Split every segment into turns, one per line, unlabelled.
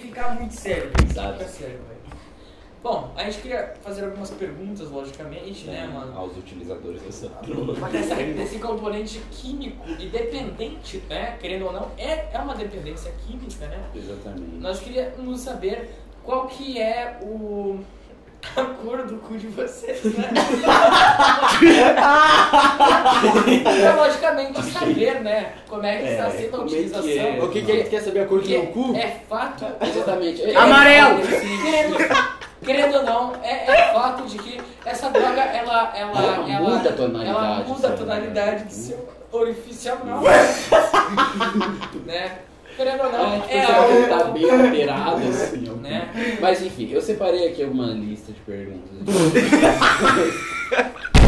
ficar muito sério. velho.
Exato.
Fica sério, velho. Bom, a gente queria fazer algumas perguntas, logicamente, né, mano?
É, Aos utilizadores dessa
Mas essa- desse componente químico e dependente, né? Querendo ou não, é, é uma dependência química, né?
Exatamente.
Nós queríamos saber qual que é o. a cor do cu de vocês, né? pra É, logicamente saber, né? Como é que está sendo a
como é que
utilização.
é?
O que, que ele quer saber a cor do
Porque
meu cu?
é fato.
Exatamente.
Amarelo!
Querendo, querendo ou não, é, é fato de que essa droga, ela. ela,
Ela
ela
muda a tonalidade,
Ela muda a
sabe?
tonalidade do seu orifício anal. né? Querendo ou não,
É,
é,
tipo, é
algo.
algo que tá bem alterado, assim. ó.
Né?
Mas enfim, eu separei aqui alguma lista de perguntas. assim.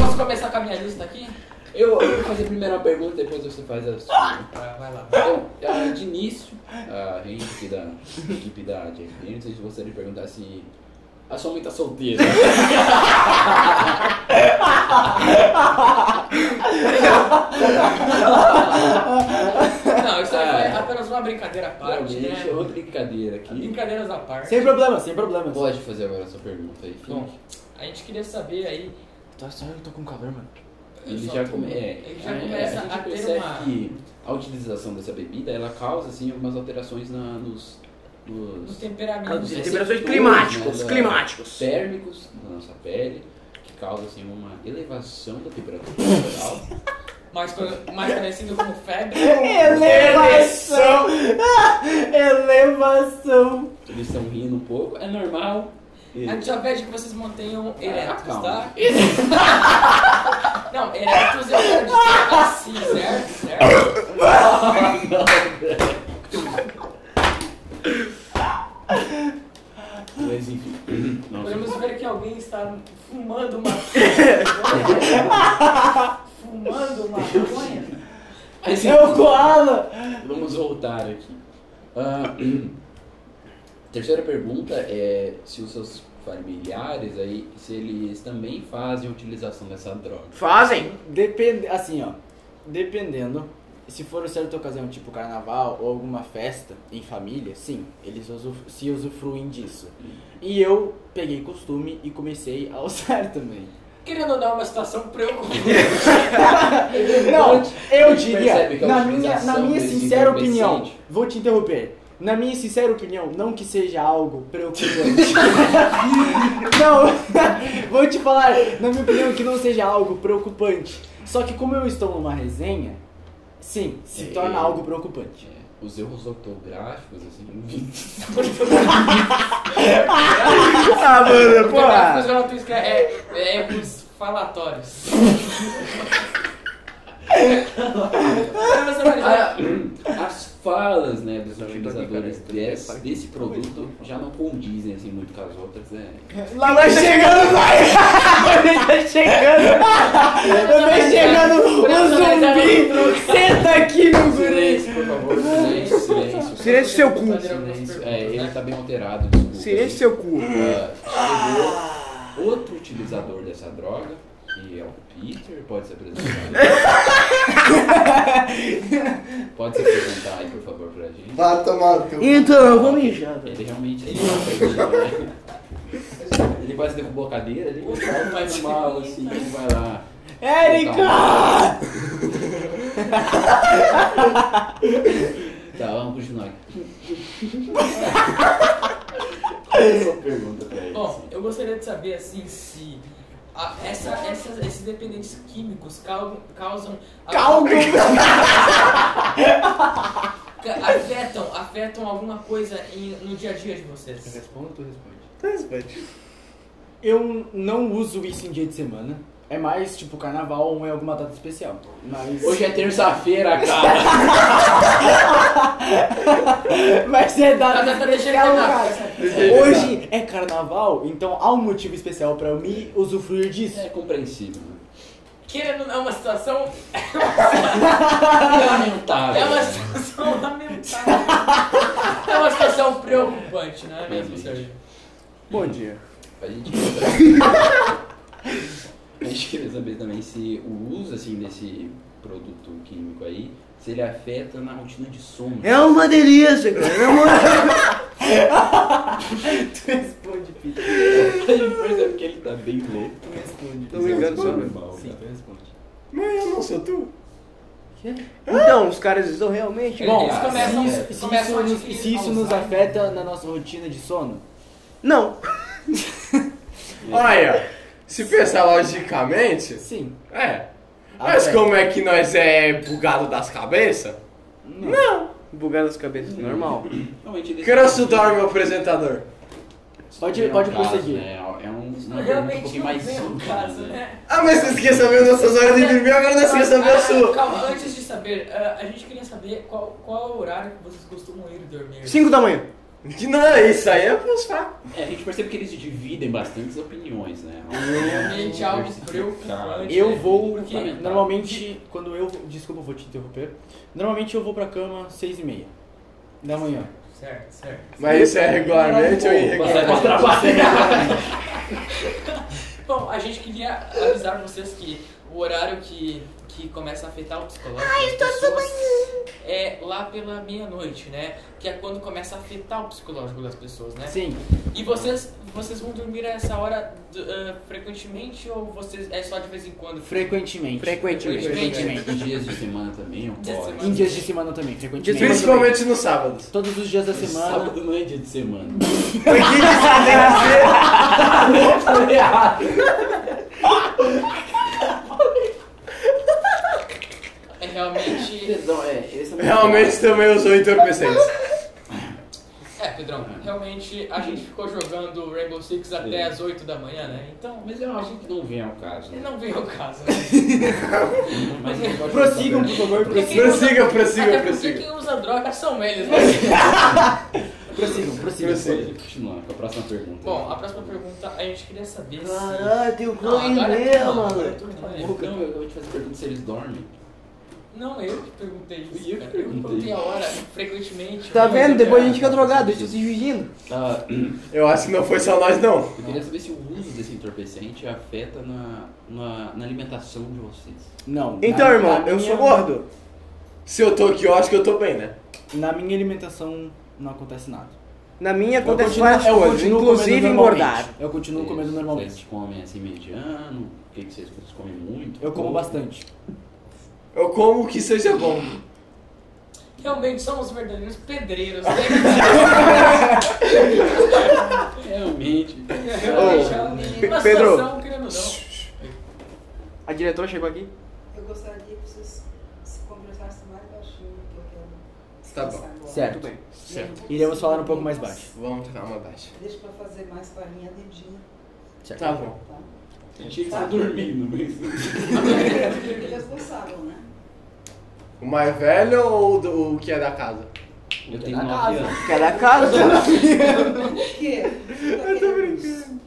Posso começar com a minha lista aqui?
Eu, eu vou fazer primeiro a pergunta, depois você faz a sua.
Vai, vai lá.
Então, ah, de início, a gente aqui da equipe da JFN, vocês gostariam de perguntar se a sua mãe tá solteira.
Não, isso aí
Ah,
foi
é.
apenas uma brincadeira à parte, né?
Realmente, outra brincadeira aqui.
Brincadeiras à parte.
Sem problema, sem problema.
Pode fazer agora a sua pergunta aí,
Bom,
Fink.
a gente queria saber aí.
Tá, só eu tô com calor, mano.
Ele
só
já,
tô-
come... é,
ele já
é,
começa
a gente
a ter
percebe
uma-
que a utilização dessa bebida, ela causa, assim, algumas alterações na, nos...
No
nos
um temperamento.
Esse
Temperações
tudo,
climáticos,
né, da-
climáticos.
térmicos na nossa pele, que causa assim uma elevação da temperatura corporal.
Mais, co- mais conhecido como febre.
Elevação! Elevação!
Eles estão rindo um pouco, é normal.
A gente já pede que vocês mantenham erectos,
calma.
tá? Não, erectos eu quero dizer assim, certo? Certo?
Mas enfim. Nossa.
Podemos ver que alguém está fumando uma fumando uma maconha.
Mas,
Seu É koala!
Vamos voltar aqui. Ah, terceira pergunta é se os seus familiares aí, se eles também fazem utilização dessa droga.
Fazem? Depende, assim, ó. Dependendo. Se for certa ocasião, tipo carnaval ou alguma festa em família, sim, eles usuf- se usufruem disso. E eu peguei costume e comecei a usar também.
Querendo ou não, é uma situação preocupante.
Não, eu
percebe que
diria,
a
na minha, na
utilização
minha
desse
sincera opinião,
entorpecente-
vou te interromper. Na minha sincera opinião, não que seja algo preocupante. não, vou te falar, na minha opinião, que não seja algo preocupante. Só que como eu estou numa resenha, sim, se
É.
torna algo preocupante.
É, os erros ortográficos, assim,
Ah, mano,
Porque a coisa que eu não tenho escrito é erros falatórios. Pra você analisar,
A- as falas né, dos utilizadores
cara.
desse, desse produto já não condizem assim, muito com as outras. Né?
Lá vai Tá chegando, vai! Ele tá chegando! Eu tô chegando o zumbi! Senta aqui, meu guri!
Silêncio, por favor. Silêncio, silêncio.
Silêncio seu cu.
Silêncio. É, ele tá bem alterado. Desculpa.
Silêncio
é
seu cu.
Ah, chegou outro utilizador dessa droga, que é o Peter. Pode se apresentar. aí. pode se apresentar aí, por favor, pra gente.
Vá tomar no teu.
Então, eu vou mijar. velho.
Ele realmente. Ele, não né? ele quase derrubou a cadeira. Ele faz mal assim, vai lá.
Érica!
Tá, vamos continuar aqui. Essa é pergunta pra ele.
Bom, eu gostaria de saber assim se a- essa, essas- esses dependentes químicos causam. causam
Calma!
ca- Afetam, afetam alguma coisa em- no dia a dia de vocês.
responde ou tu responde?
Eu não uso isso em dia de semana. É mais tipo carnaval ou em alguma data especial. Mas,
Hoje é terça-feira, cara.
mas é
Tá,
data
tá, tá, deixa ele
especial,
terminar.
cara. Hoje é carnaval, então há um motivo especial pra eu me usufruir disso.
É compreensível. né?
Querendo ou não, é uma situação.
É lamentável.
É uma
né?
situação lamentável. É uma situação preocupante, não é mesmo, Sérgio?
Bom dia.
A gente A gente queria saber também se o uso assim, desse produto
É um-
químico aí, se ele afeta na rotina de sono.
É uma delícia, cara. Na moral.
tu responde, Pete.
A gente percebe que ele tá bem louco.
Tu responde.
Tô brincando,
Isso é
só-
normal,
Sim,
cara.
tu responde.
Mas eu não sou tu.
Quê?
Então, os caras estão realmente.
Bom,
Eles
Ah,
começam,
se
é.
isso- se
começam a
isso, nos,
adquirir
se isso nos
Alzheimer.
afeta na nossa rotina de sono,
Não.
Olha, se pensar logicamente,
sim.
é.
Ah,
Mas
é.
como é que nós é bugado das cabeças?
Bugar as cabeças, normal.
Realmente ele-
Grosso dorme o apresentador.
Pode-
Não é um
pode
caso,
prosseguir.
né? É um, uma pergunta um
Realmente não
pouquinho mais
vem o
simples,
caso,
né?
né?
Ah, mas vocês queriam saber as nossas horas de dormir, agora nós queríamos saber a
Ah,
sua.
Calma, antes de saber, ah, a gente queria saber qual, qual é o horário que vocês costumam ir dormir.
5 da manhã.
Que não, isso aí é pros fracos.
É, a gente percebe que eles dividem bastantes opiniões, né?
É.
Realmente algo preocupante.
Eu vou.
Porque
Lamentável.
Normalmente, quando eu. Desculpa, eu vou te interromper. Normalmente eu vou pra cama seis e meia da manhã.
Certo, certo.
Mas isso é regularmente ou
Passar
irregularmente?
pra trabalhar.
Bom, a gente queria avisar vocês que o horário que, que começa a afetar o psicológico das pessoas é lá pela meia-noite, né? Que é quando começa a afetar o psicológico das pessoas, né?
Sim.
E vocês, vocês vão dormir a essa hora d- ah, frequentemente ou vocês é só de vez em quando?
Frequentemente.
Frequentemente.
Frequentemente.
Em dias de semana também é um
Dias de
ocorre.
semana.
Em dias de semana também, frequentemente.
Principalmente nos sábados.
Todos os dias da semana.
Sábado não é dia de semana.
Por que que isso tem a ver?
Falei errado.
É realmente.
Perdão, é, eles são-
Realmente também usou entorpecentes.
É, Pedrão, realmente a gente ficou jogando Rainbow Six até
É.
as 8 da manhã, né? Então,
Mas é um assunto que não vem ao caso. né?
não veio o caso, né?
Mas eu gosto de
Prossigam, por
saber.
favor,
Porque quem
Prossiga,
Até
prossiga,
porque
prossiga.
quem usa droga são eles, né?
prossigam, prossigam.
Prossiga.
Pode continuar com a próxima pergunta.
Bom, a próxima pergunta a gente queria saber se.
Caralho, tem o
Não,
Clã
agora é
Inglês,
tu, mano, agora é
mano.
tu que tá aí.
Não, então, eu eu vou te fazer pergunta se eles dormem.
Não, eu que perguntei isso.
Eu que
cara.
perguntei.
perguntei a hora frequentemente.
Tá
mas
vendo?
eu
Depois a
quero-
gente fica drogado, eles estão se dividindo.
Ah,
Eu acho que não foi só nós, não.
eu queria saber se o uso desse entorpecente afeta na, na, na alimentação de vocês.
Não.
Então,
na-
irmão,
na
eu
minha-
sou gordo.
Se eu tô aqui, eu acho que eu tô bem, né?
Na minha alimentação não acontece nada.
Na minha
Eu
acontece
continuo-
várias
eu
coisas,
continuo comendo
inclusive
normalmente.
engordar.
Eu continuo comendo
Vocês-
normalmente.
Vocês comem assim mediano? O que, que vocês, vocês comem muito?
Eu como
Pouco?
bastante.
Eu como o que seja bom.
Realmente somos verdadeiros pedreiros, né?
Realmente.
Realmente, realmente. Uma
Pedro.
situação, querendo ou não.
A diretora chegou aqui?
Eu gostaria que vocês se conversassem mais baixinho, que eu quero.
Tá bom.
descansar agora.
Certo.
bem.
Certo.
Iremos falar um pouco mais baixo.
Vamos tocar uma baixa.
Deixa pra fazer mais farinha de dia,
Certo.
Tá bom.
tá?
Tinha que estar dormindo, mas.
Eles não sabem, né?
O mais velho ou do- o que é da casa?
Eu tenho 9 anos.
Quer da casa?
Por quê? Eu tô brincando.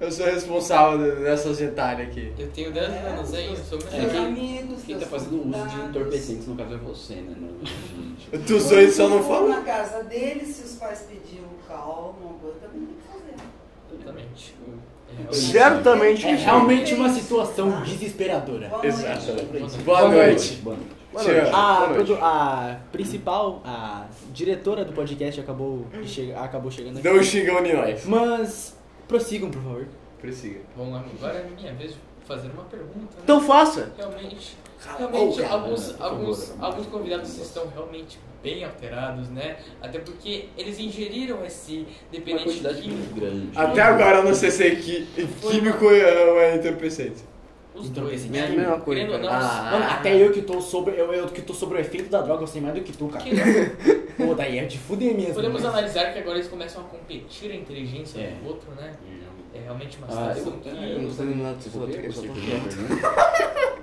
Eu sou responsável nessa gentalha aqui.
Eu tenho 10 anos, hein? Eu sou muito
É,
Seus
quem-
amigos,
Quem tá
seus
fazendo uso de
convidados.
entorpecentes no caso é você, né? Não, gente.
Dos dois só não
Se for
fala.
na casa dele, se os pais pediam calma, uma coisa, também tem que fazer.
Exatamente.
Certamente
É
que chama.
realmente uma situação desesperadora.
Ah, Boa noite.
Exatamente.
Boa
Boa noite.
Boa noite.
Boa
Tchau.
A,
noite.
Boa noite.
produ- a principal, a diretora do podcast acabou, de che- acabou chegando aqui.
um
Não xingam de nós.
Mas prossigam, por favor.
Prossiga.
Bom, agora é minha vez de fazer uma pergunta. né?
Então faça.
Realmente, realmente
boca,
alguns,
cara, por
alguns,
favor.
alguns convidados estão realmente bem alterados, né? Até porque eles ingeriram esse
Uma
dependente
quantidade
químico.
muito grande.
Até agora eu não sei se é qui- químico ou é entorpecente.
Os
Então,
dois,
esse
né?
é a mesma coisa,
Querendo ou não,
cara.
Ah. Mano, até eu que tô sobre. Eu, eu que tô sobre o efeito da droga, eu sei mais do que tu, cara.
que-
Pô, daí é de fuder mesmo.
podemos
né?
analisar que agora eles começam a competir a inteligência
É.
do outro, né? É realmente uma
Ah, eu,
situação que...
eu não sei
eliminado
se você
eu só
tipo
tô
é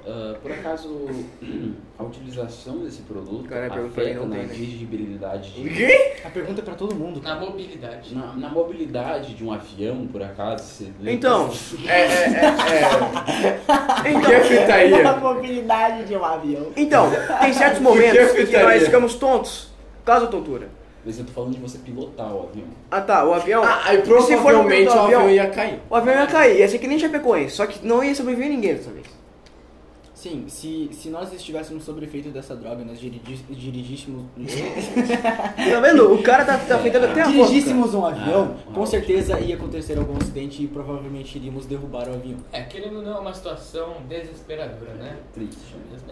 Ah, Por acaso, a utilização desse produto
Cara, a pergunta pra mim
afeta
não
na
tem, né?
dirigibilidade de
A pergunta é pra todo mundo.
Na mobilidade.
Na, na mobilidade de um avião, por acaso, você lembra?
Então,
É, é, é, é. Por que fritaria?
mobilidade de um avião.
então, tem certos
Por
momentos
que é
que,
fritaria?
nós ficamos tontos. Causa tontura.
Mas eu tô falando de você pilotar o avião.
Ah tá, o avião.
Ah, aí
for no
provavelmente
do
o avião
avião-
ia cair.
O avião ia cair, ia ser que nem Chapecoense, só que não ia sobreviver ninguém dessa vez.
Sim, se, se nós estivéssemos sob o efeito dessa droga, nós dirigi- dirigíssemos.
Tá vendo? O cara tá, tá feitando até a boca.
dirigíssemos um avião,
Ah,
com
ótimo.
certeza ia acontecer algum acidente e provavelmente iríamos derrubar o avião.
É, querendo ou não, é uma situação desesperadora, né?
Triste.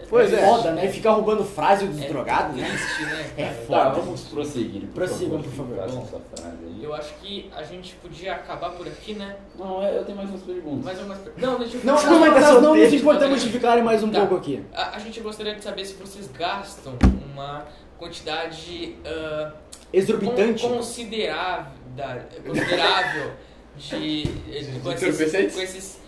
Pois é.
Foda, né? Ficar roubando frase dos
É
drogados, né?
triste, né?
É
cara?
Tá,
foda.
vamos prosseguir. por
Prossigam, por favor.
Faça
Bom.
essa frase aí.
Eu acho que a gente podia acabar por aqui, né?
Não, é, eu tenho mais umas perguntas.
Mais algumas per- Não, deixa eu
Não,
Você
não,
vai
não,
dar
não, não
sorteio?
nos importamos de ficarem mais um
Tá.
pouco aqui.
A, a gente gostaria de saber se vocês gastam uma quantidade ah, con-
Exorbitante.
considerável, da- considerável de, de- com, esses,
entorpecentes?
com, esses,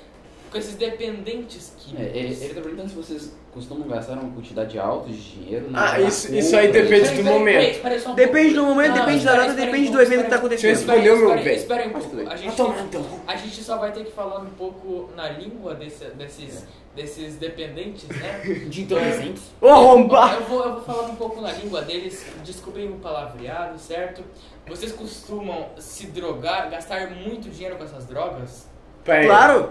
com esses dependentes
É,
químicos.
é, ele tá perguntando se vocês costumam gastar uma quantidade alta de dinheiro na
Ah,
na
isso-
compra
isso aí
de-
depende
Peraí,
do
peraí,
momento.
peraí, peraí, só um
Depende do
pouco.
momento,
Não,
depende da
espera,
data,
espera
depende
um
do
pouco,
evento que tá
espera um pouco.
Você
acontecendo.
Espera-
respondeu, meu
espera-
bem.
Espera um
Mas tudo
pouco.
bem.
A gente,
Então,
Vai tomar no teu cu.
a gente só vai ter que falar um pouco na língua desse- desses, desses dependentes, né?
De então, assim, entorpecentes.
Ô, arromba!
Eu vou, eu vou falar um pouco na língua deles, descobrir um palavreado, certo? Vocês costumam se drogar, gastar muito dinheiro com essas drogas?
Peraí.
Claro!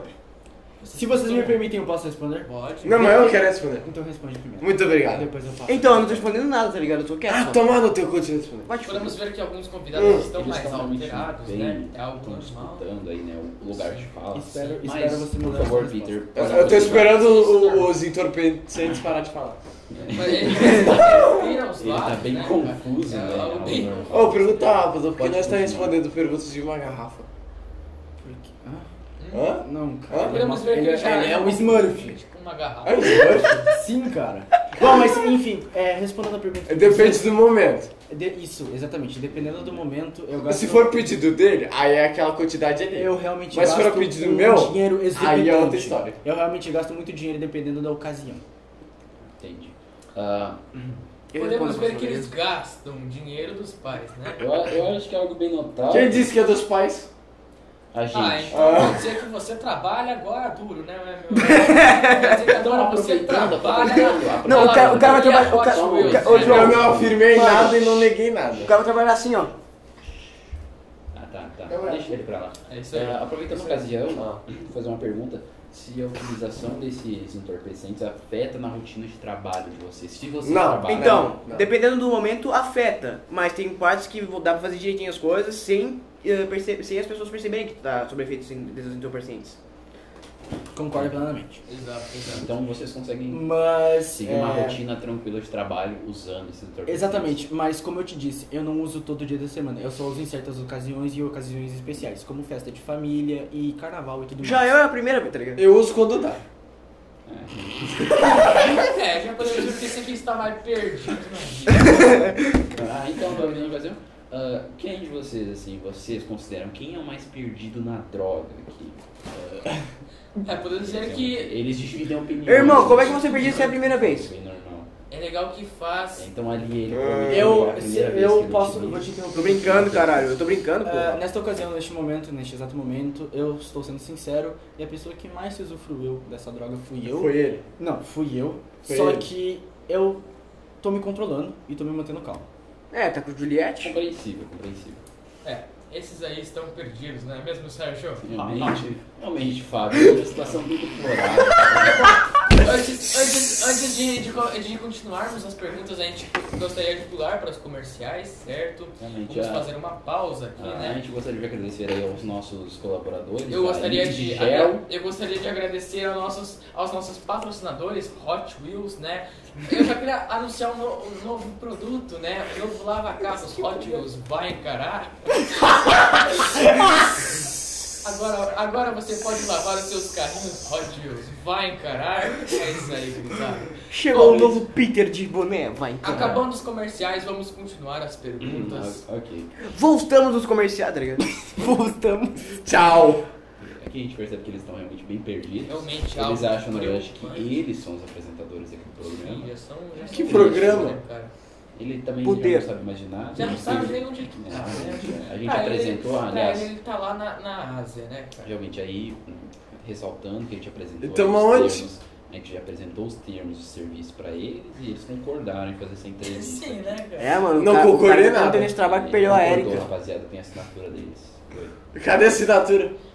Se vocês me
costumam?
permitem, eu posso responder?
Pode.
Não, mas eu quero responder.
Então responde primeiro.
Muito obrigado.
Depois eu faço.
Então, eu não tô respondendo nada, tá ligado? Eu tô quieto.
Ah,
só.
tomar no teu cu de responder.
Vai te
tipo,
fuder.
Podemos ver que alguns
Hum.
convidados estão
Eles
mais
estão
Então, alterados, né?
bem,
É algo
estão
normal.
disputando aí, né? O lugar de fala. assim.
Espero-
Mas,
espero você
por
mudar
favor,
essa resposta.
Peter.
Eu,
pode
eu tô
aproveitar.
esperando o- o- os entorpecentes parar de falar.
Mas eles viram os
Ele tá
lados,
bem
né?
confuso,
É
né?
algo
Ao
bem-
normal.
Ô, pergunta ah, rápida,
Pode
porque nós
continuar.
estamos tá respondendo perguntas de uma garrafa.
Por quê? Ah,
Hã?
não, cara.
Hã?
Ele é uma-
Podemos ver que
ele
ele já
é- ele é um Smurf.
Tipo uma garrafa.
É isso,
Sim, cara. Bom, mas enfim, é, respondendo a pergunta.
é? Depende do momento.
é De- isso, exatamente. Dependendo do momento, eu gasto.
Se for pedido dele, aí é aquela quantidade ali.
Eu realmente
Mas se
gasto
for pedido
um
meu,
dinheiro exorbitante.
aí é outra história.
Eu realmente gasto muito dinheiro dependendo da ocasião.
Oh!
Entendi. Ah,
Eu
Podemos
respondo
ver
pra
que eles
vocês.
gastam dinheiro dos pais, né?
eu, eu acho que é algo bem notável.
Quem disse que é dos pais?
A
Ah,
gente.
então
Ah.
quer dizer que você trabalha agora duro, né, meu? Quer dizer que agora você
aproveitando,
trabalha.
aproveitando.
Não, o cara- o cara vai
E a
trabalhar- o
foto
cara-
do
o
Will,
cara- ô,
né?
João.
Eu não afirmei
Mano.
nada e não neguei nada.
O cara vai trabalhar assim, ó.
Ah, tá, tá.
Eu-
Deixa ele pra lá.
É isso aí.
É, aproveitando a ocasião, vou fazer uma pergunta. Se a utilização desses entorpecentes afeta na rotina de trabalho de vocês? Se vocês
Não,
trabalham...
Então,
não.
dependendo do momento, afeta. Mas tem partes que vo- dá pra fazer direitinho as coisas sem, eh, perce- sem as pessoas perceberem que tá sob efeito assim, desses entorpecentes.
Concordo plenamente.
Exato, exato.
Então vocês conseguem
Mas.
seguir uma
é,
rotina tranquila de trabalho usando esses entorpecentes.
Exatamente, mas como eu te disse, eu não uso todo dia da semana. Eu só uso em certas ocasiões e ocasiões especiais, como festa de família e carnaval e
Hum.
tudo
Já
mais.
eu é a primeira, tá ligado?
Eu uso quando dá.
É, já podemos ver que esse aqui estava perdido na vida.
Ah, então, da mesma ocasião, ah, quem de vocês, assim, vocês consideram quem é o mais perdido na droga aqui? Assim,
É, podemos dizer que
Eles dividem opiniões.
Irmão, como é que você perdeu se é a primeira vez?
Bem normal.
é legal que faz.
Então ali ele...
Eu,
É a primeira
se-
vez que um
eu
ele
posso.
utiliza.
Vou te interromper.
Tô brincando, caralho. Eu tô brincando, pô.
é,
Ah, nesta ocasião, neste momento, neste exato momento, eu estou sendo sincero e a pessoa que mais se usufruiu dessa droga fui eu.
Foi ele.
Não, fui eu.
Foi
só
ele.
que eu tô me controlando e tô me mantendo calmo.
É, tá com o Juliette.
Compreensível, compreensível.
É, esses aí estão perdidos, não é mesmo, Sérgio?
Realmente, realmente, Fábio, é uma situação muito deplorável.
Antes, antes, antes de, de, co- de continuarmos as perguntas, a gente gostaria de pular para os comerciais, certo?
Realmente,
Vamos
a,
fazer uma pausa aqui,
Ah,
a,
né?
gente gostaria de agradecer aí aos nossos colaboradores.
Eu
a
gostaria, de,
Indigel,
eu gostaria de agradecer aos nossos, aos nossos patrocinadores, Hot Wheels, né? Eu já queria anunciar um, no- um novo produto, né? O novo Lava Carros Hot Wheels vai encarar. Agora, agora você pode lavar os seus carrinhos Hot Wheels, vai encarar. É isso aí, gurizada.
Chegou
Bom,
o novo Peter de boné, vai então.
Acabando os comerciais, vamos continuar as perguntas.
Ah, ok.
Voltamos dos comerciais, tá ligado?
Voltamos.
Tchau.
Aqui a gente percebe É que eles estão realmente bem perdidos.
Realmente algo
Eles acham, na verdade, que
preocupante.
eles são os apresentadores aqui do programa.
Já são, já
Hum, Que
são-
programa?
né, cara?
Ele também já
Poder.
não sabe imaginar.
Já não sabe
sei.
nem onde que tá, né?
É, A gente
Pra
apresentou,
ele,
aliás,
Pra ele, ele tá lá na, na Ásia, né, cara?
realmente aí, ressaltando que a gente apresentou
Então,
aí os
aonde?
termos. A gente já apresentou os termos de serviço pra eles e eles concordaram em fazer essa entrevista.
Sim, né, cara?
É, mano. o
Não
cara- o
concordei
cara tá
nada.
tendo esse trabalho que perdeu a
Ele concordou,
Erika.
rapaziada, tem a assinatura deles. Foi.
Cadê a assinatura?
A